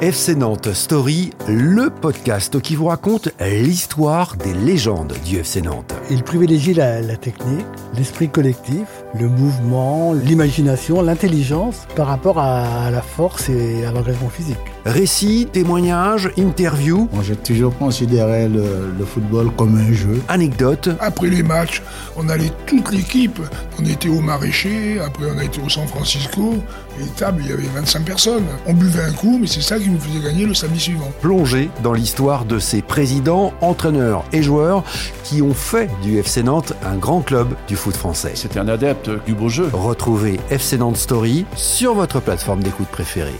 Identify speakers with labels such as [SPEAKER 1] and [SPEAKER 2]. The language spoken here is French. [SPEAKER 1] FC Nantes Story, le podcast qui vous raconte l'histoire des légendes du FC Nantes.
[SPEAKER 2] Il privilégie la, la technique, l'esprit collectif, le mouvement, l'imagination, l'intelligence par rapport à, à la force et à l'engagement physique.
[SPEAKER 1] Récits, témoignages, interviews,
[SPEAKER 3] Moi, j'ai toujours considéré le, le football comme un jeu.
[SPEAKER 1] anecdotes,
[SPEAKER 4] Après les matchs, on allait toute l'équipe. On était au Maraîcher, après on a été au San Francisco. Et les tables, il y avait 25 personnes. On buvait un coup, mais c'est ça qui nous faisait gagner le samedi suivant.
[SPEAKER 1] plongés dans l'histoire de ces présidents, entraîneurs et joueurs qui ont fait du FC Nantes un grand club du foot français.
[SPEAKER 5] C'était un adepte du beau jeu.
[SPEAKER 1] Retrouvez FC Nantes Story sur votre plateforme d'écoute préférée.